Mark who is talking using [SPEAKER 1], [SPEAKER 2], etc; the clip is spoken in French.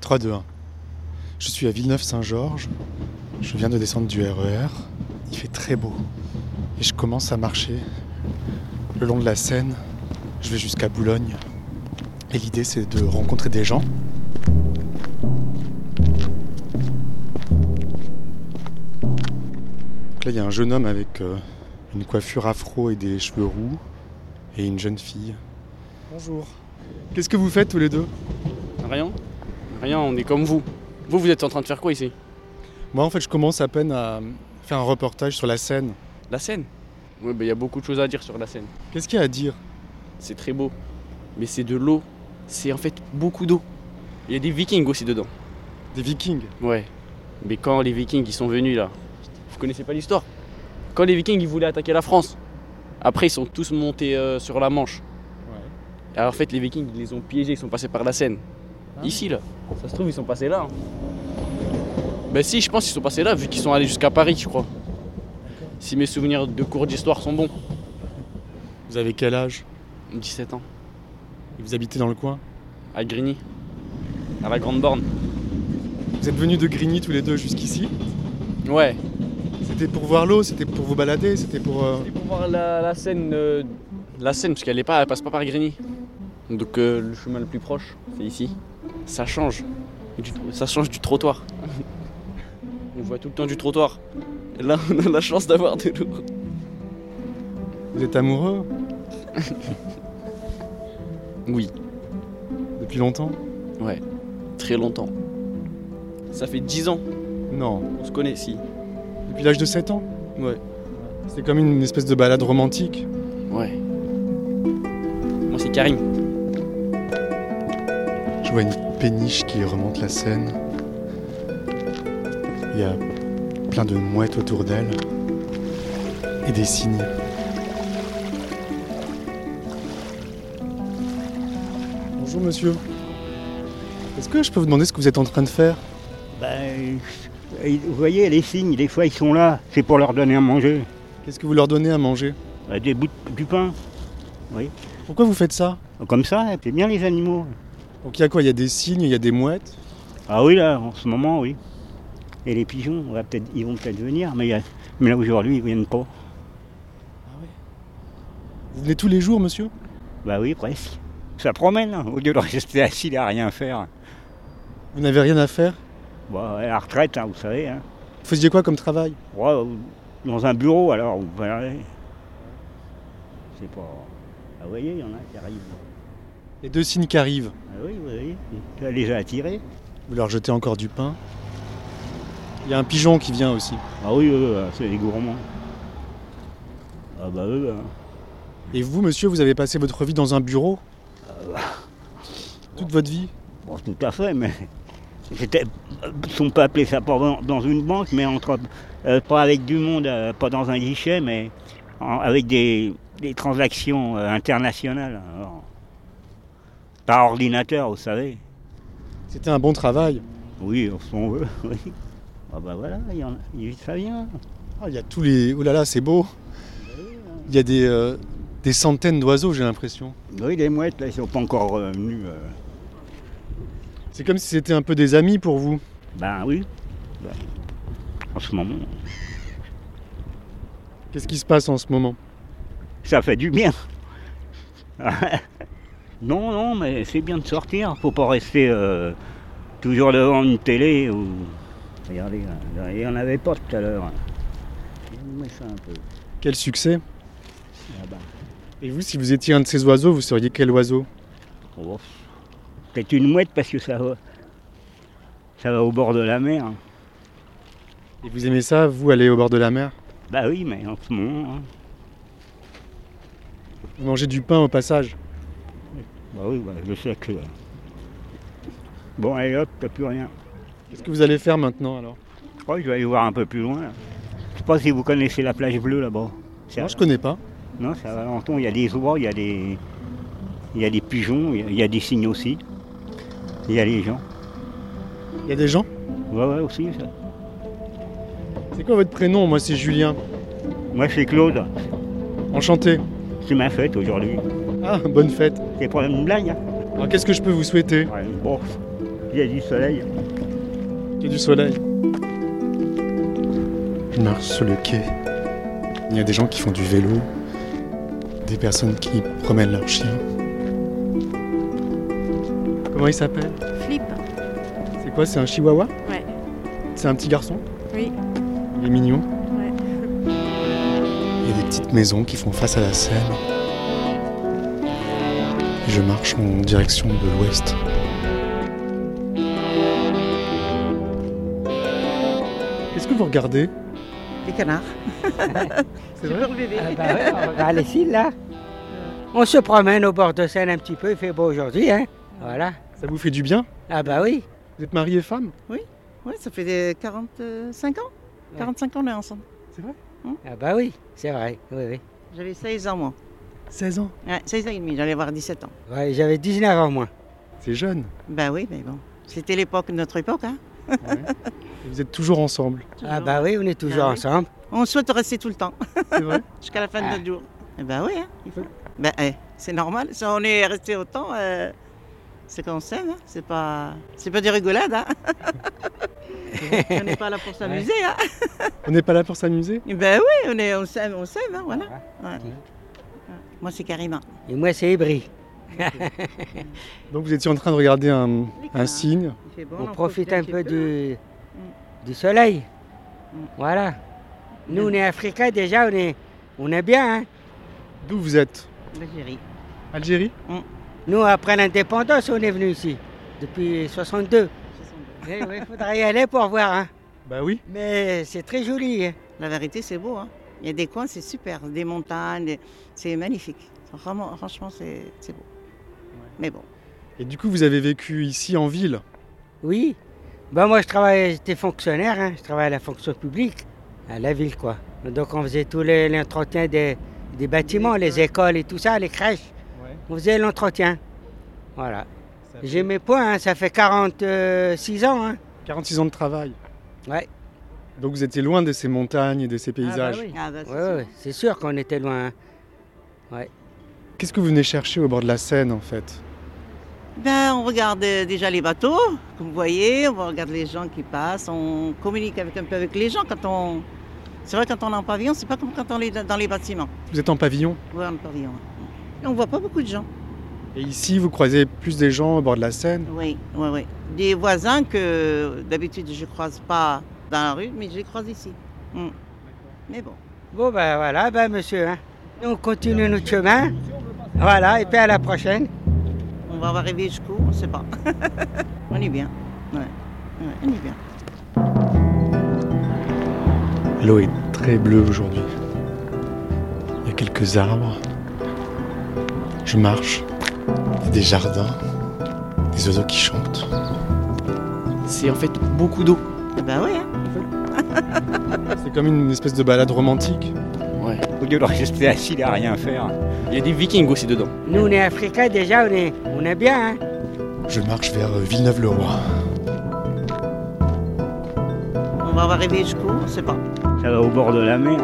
[SPEAKER 1] 3, 2, 1. Je suis à Villeneuve-Saint-Georges. Je viens de descendre du RER. Il fait très beau. Et je commence à marcher le long de la Seine. Je vais jusqu'à Boulogne. Et l'idée, c'est de rencontrer des gens. Donc là, il y a un jeune homme avec euh, une coiffure afro et des cheveux roux. Et une jeune fille. Bonjour. Qu'est-ce que vous faites tous les deux
[SPEAKER 2] Rien. Rien, on est comme vous. Vous, vous êtes en train de faire quoi ici
[SPEAKER 1] Moi, en fait, je commence à peine à faire un reportage sur la Seine.
[SPEAKER 2] La Seine Oui, bah, il y a beaucoup de choses à dire sur la Seine.
[SPEAKER 1] Qu'est-ce qu'il y a à dire
[SPEAKER 2] C'est très beau. Mais c'est de l'eau. C'est en fait beaucoup d'eau. Il y a des vikings aussi dedans.
[SPEAKER 1] Des vikings
[SPEAKER 2] Ouais. Mais quand les vikings ils sont venus là, vous connaissez pas l'histoire Quand les vikings ils voulaient attaquer la France, après ils sont tous montés euh, sur la Manche. Alors Ah, en fait les vikings ils les ont piégés, ils sont passés par la Seine. Ici là. Ah. Ça se trouve ils sont passés là. hein. Ben si je pense qu'ils sont passés là vu qu'ils sont allés jusqu'à Paris je crois. Si mes souvenirs de cours d'histoire sont bons.
[SPEAKER 1] Vous avez quel âge
[SPEAKER 2] 17 ans.
[SPEAKER 1] Et Vous habitez dans le coin
[SPEAKER 2] À Grigny. À la Grande Borne.
[SPEAKER 1] Vous êtes venus de Grigny tous les deux jusqu'ici.
[SPEAKER 2] Ouais.
[SPEAKER 1] C'était pour voir l'eau, c'était pour vous balader, c'était pour. euh,
[SPEAKER 2] C'était pour voir la, la Seine. euh, la Seine, parce qu'elle est pas, elle passe pas par Grigny. Donc euh, le chemin le plus proche, c'est ici. Ça change. Du- ça change du trottoir. on voit tout le temps du trottoir. Et là, on a la chance d'avoir de l'eau.
[SPEAKER 1] Vous êtes amoureux
[SPEAKER 2] Oui,
[SPEAKER 1] depuis longtemps
[SPEAKER 2] ouais. Très longtemps. Ça fait 10 ans
[SPEAKER 1] Non.
[SPEAKER 2] qu'on se connaît, si.
[SPEAKER 1] Depuis l'âge de 7 ans
[SPEAKER 2] Ouais.
[SPEAKER 1] C'était comme une espèce de balade romantique.
[SPEAKER 2] Ouais. Moi, c'est Karim.
[SPEAKER 1] Je vois une péniche qui remonte la Seine. Il y a plein de mouettes autour d'elle et des cygnes. Bonjour monsieur. Est-ce que je peux vous demander ce que vous êtes en train de faire
[SPEAKER 3] Ben, euh, vous voyez, les signes, des fois, ils sont là. C'est pour leur donner à manger.
[SPEAKER 1] Qu'est-ce que vous leur donnez à manger
[SPEAKER 3] Ben, Des bouts de- du pain.
[SPEAKER 1] Pourquoi vous faites ça
[SPEAKER 3] Comme ça, hein, c'est bien les animaux.
[SPEAKER 1] Donc il y a quoi Il y a des cygnes, il y a des mouettes.
[SPEAKER 3] Ah oui, là, en ce moment, oui. Et les pigeons, on va peut-être- ils vont peut-être venir, mais, il y a- mais là, aujourd'hui, ils viennent pas.
[SPEAKER 1] Vous venez tous les jours monsieur
[SPEAKER 3] Bah oui, presque. Ça promène, hein, au lieu de rester assis à rien faire.
[SPEAKER 1] Vous n'avez rien à faire
[SPEAKER 3] Bon, à la retraite, hein, vous savez. hein.
[SPEAKER 1] Vous faisiez quoi comme travail
[SPEAKER 3] Ouais, ou- dans un bureau, alors, vous verrez. C'est pas... Ah, vous voyez, il y en a qui arrivent.
[SPEAKER 1] Les deux cygnes qui arrivent.
[SPEAKER 3] Ah oui, vous voyez, ça les a attirés.
[SPEAKER 1] Vous leur jetez encore du pain. Il y a un pigeon qui vient aussi.
[SPEAKER 3] Ah oui, eux, euh, c'est des gourmands. Ah bah eux, hein.
[SPEAKER 1] Et vous, monsieur, vous avez passé votre vie dans un bureau Toute votre vie
[SPEAKER 3] Bon, tout à fait, mais c'était, ils sont pas appelés ça pour- dans une banque, mais entre euh, pas avec du monde, euh, pas dans un guichet, mais en- avec des, des transactions euh, internationales. alors. par ordinateur, vous savez.
[SPEAKER 1] C'était un bon travail.
[SPEAKER 3] Oui, on s'en veut. Oui. Ah bah voilà, il y en a, il- ça vient.
[SPEAKER 1] Ah, il y a tous les. Oh là là, c'est beau Il y a des, euh, des centaines d'oiseaux, j'ai l'impression.
[SPEAKER 3] Oui, les mouettes là, ils sont pas encore revenus. euh.
[SPEAKER 1] C'est comme si c'était un peu des amis pour vous.
[SPEAKER 3] Ben oui. Ben, en ce moment,
[SPEAKER 1] Qu'est-ce qui se passe en ce moment
[SPEAKER 3] ça fait du bien. non, non, mais c'est bien de sortir. Faut pas rester euh, toujours devant une télé ou. Regardez, là, il n'y en avait pas tout à l'heure. Je vais vous mettre ça un peu,
[SPEAKER 1] Quel succès
[SPEAKER 3] là-bas.
[SPEAKER 1] Et vous, si vous étiez un de ces oiseaux, vous seriez quel oiseau
[SPEAKER 3] Oh. Peut-être une mouette parce que ça va. Ça va au bord de la mer. hein.
[SPEAKER 1] Et vous aimez ça, vous, aller au bord de la mer
[SPEAKER 3] Bah oui, mais en ce moment. hein.
[SPEAKER 1] Vous mangez du pain au passage
[SPEAKER 3] Bah oui, bah, je sais que. Bon, allez hop, t'as plus rien. Oh,
[SPEAKER 1] Qu'est-ce que vous allez faire maintenant alors
[SPEAKER 3] Je crois que je vais aller voir un peu plus loin. là. Je sais pas si vous connaissez la plage bleue là-bas. C'est
[SPEAKER 1] Moi, je connais pas.
[SPEAKER 3] Non, c'est à Valenton, il y a des oies, il y a des, il y a des pigeons, il y a- il y a des cygnes aussi. Il y a les gens.
[SPEAKER 1] Il y a des gens
[SPEAKER 3] Ouais, ouais, aussi ça.
[SPEAKER 1] C'est quoi votre prénom Moi, c'est Julien.
[SPEAKER 3] Moi, c'est Claude.
[SPEAKER 1] Enchanté.
[SPEAKER 3] C'est ma fête aujourd'hui.
[SPEAKER 1] Ah, bonne fête.
[SPEAKER 3] C'est pas une blague. Hein.
[SPEAKER 1] Alors, qu'est-ce que je peux vous souhaiter
[SPEAKER 3] Ouais, bon, Il y a du soleil.
[SPEAKER 1] Il y a du soleil. Je marche sur le quai. Il y a des gens qui font du vélo, des personnes qui promènent leurs chiens. Comment il s'appelle
[SPEAKER 4] Flip.
[SPEAKER 1] C'est quoi C'est un chihuahua
[SPEAKER 4] Ouais.
[SPEAKER 1] C'est un petit garçon
[SPEAKER 4] Oui.
[SPEAKER 1] Il est mignon
[SPEAKER 4] Ouais.
[SPEAKER 1] Il y a des petites maisons qui font face à la Seine. Et je marche en direction de l'ouest. Qu'est-ce que vous regardez
[SPEAKER 5] Des canards.
[SPEAKER 1] C'est vrai
[SPEAKER 5] bébé.
[SPEAKER 6] Ah bah ouais, on regarde les fils là. On se promène au bord de Seine un petit peu, il fait beau aujourd'hui, hein. Voilà.
[SPEAKER 1] Ça vous fait du bien
[SPEAKER 6] Ah bah oui.
[SPEAKER 1] Vous êtes marié et femme
[SPEAKER 5] Ouais, ça fait des 45 ans. 45 ans, on est ensemble.
[SPEAKER 6] Ah bah oui, c'est vrai. Oui, oui.
[SPEAKER 5] J'avais 16 ans, moi.
[SPEAKER 1] 16 ans
[SPEAKER 5] Ouais, 16 ans et demi, j'allais avoir 17 ans.
[SPEAKER 6] Ouais, J'avais 19 ans moins.
[SPEAKER 1] C'est jeune.
[SPEAKER 5] Ben oui, mais bon. C'était l'époque, notre époque, hein.
[SPEAKER 1] Et vous êtes toujours ensemble.
[SPEAKER 6] Ah bah oui, on est toujours
[SPEAKER 5] Ah oui.
[SPEAKER 6] ensemble.
[SPEAKER 5] On souhaite rester tout le temps,
[SPEAKER 1] C'est vrai
[SPEAKER 5] jusqu'à la fin de
[SPEAKER 6] Ah.
[SPEAKER 5] notre jour. Eh Ben oui, hein. il faut. Ben, eh, c'est normal. Si on est resté autant, euh, c'est qu'on s'aime, hein. C'est pas... C'est pas des rigolades, hein. on n'est pas là pour s'amuser, hein.
[SPEAKER 1] On n'est pas là pour s'amuser
[SPEAKER 5] Ben oui, on, est... on s'aime, on s'aime, hein, voilà. Moi, c'est Karima.
[SPEAKER 6] Et moi c'est Hébris.
[SPEAKER 1] Donc vous étiez en train de regarder un, un signe.
[SPEAKER 5] Il fait bon,
[SPEAKER 6] On profite un peu
[SPEAKER 5] petit
[SPEAKER 6] du, du soleil.
[SPEAKER 5] Mm.
[SPEAKER 6] Voilà. Nous on est africains déjà, on est, on est bien. Hein.
[SPEAKER 1] D'où vous êtes
[SPEAKER 5] L'Algérie.
[SPEAKER 1] Algérie
[SPEAKER 6] Nous après l'indépendance on est venu ici, depuis 62. Eh oui, faudrait y aller pour voir. Hein.
[SPEAKER 1] Bah oui.
[SPEAKER 6] Mais c'est très joli. hein.
[SPEAKER 5] La vérité, c'est beau. hein. Il y a des coins, c'est super. Des montagnes, des- c'est magnifique. Vraiment, franchement, c'est c'est beau. Mais bon,
[SPEAKER 1] Et du coup vous avez vécu ici en ville
[SPEAKER 6] Oui. Ben moi, je travaillais, j'étais fonctionnaire, hein, je travaillais à la fonction publique, à la ville, quoi. Donc, on faisait tous les l'entretien des, des bâtiments, les écoles et tout ça, les crèches.
[SPEAKER 1] Ouais.
[SPEAKER 6] On faisait l'entretien. Voilà. J'ai mes points, hein, ça fait 46 ans. hein.
[SPEAKER 1] 46 ans de travail.
[SPEAKER 6] Ouais.
[SPEAKER 1] Donc vous étiez loin de ces montagnes et de ces paysages.
[SPEAKER 6] oui.
[SPEAKER 5] ah, bah, c'est
[SPEAKER 6] Ouais, ouais, ouais, c'est sûr qu'on était loin. hein.
[SPEAKER 1] Qu'est-ce que vous venez chercher au bord de la Seine en fait
[SPEAKER 5] sûr. Ben, on regarde euh, déjà les bateaux, comme vous voyez. On regarde les gens qui passent. On communique avec, un peu avec les gens. quand on. C'est vrai, quand on est en pavillon, c'est pas comme quand on est dans les bâtiments.
[SPEAKER 1] Vous êtes en pavillon
[SPEAKER 5] Ouais, en pavillon. Et on voit pas beaucoup de gens.
[SPEAKER 1] et ici vous croisez plus des gens au bord de la Seine.
[SPEAKER 5] Oui, oui, oui. Des voisins que d'habitude je croise pas dans la rue, mais je les croise ici. Mm. Mais bon.
[SPEAKER 6] Bon, ben voilà, ben monsieur. hein. Nous, on continue notre chemin. Voilà, et puis à la prochaine.
[SPEAKER 5] On va arriver jusqu'où On ne sait pas. on est bien. Ouais. Ouais, on est bien.
[SPEAKER 1] L'eau est très bleue aujourd'hui. Il y a quelques arbres. Je marche. Il y a des jardins. Des oiseaux qui chantent.
[SPEAKER 2] C'est en fait beaucoup d'eau.
[SPEAKER 5] Ah Bah oui, hein.
[SPEAKER 1] C'est comme une espèce de balade romantique.
[SPEAKER 2] Ouais.
[SPEAKER 3] Au lieu de rester assis à rien faire.
[SPEAKER 2] Il y a des vikings aussi dedans.
[SPEAKER 6] Nous, on est africains déjà, on est, on est bien. hein.
[SPEAKER 1] Je marche vers euh, Villeneuve-le-Roi.
[SPEAKER 5] on va arriver jusqu'où On ne sait pas.
[SPEAKER 3] Ça va au bord de la mer.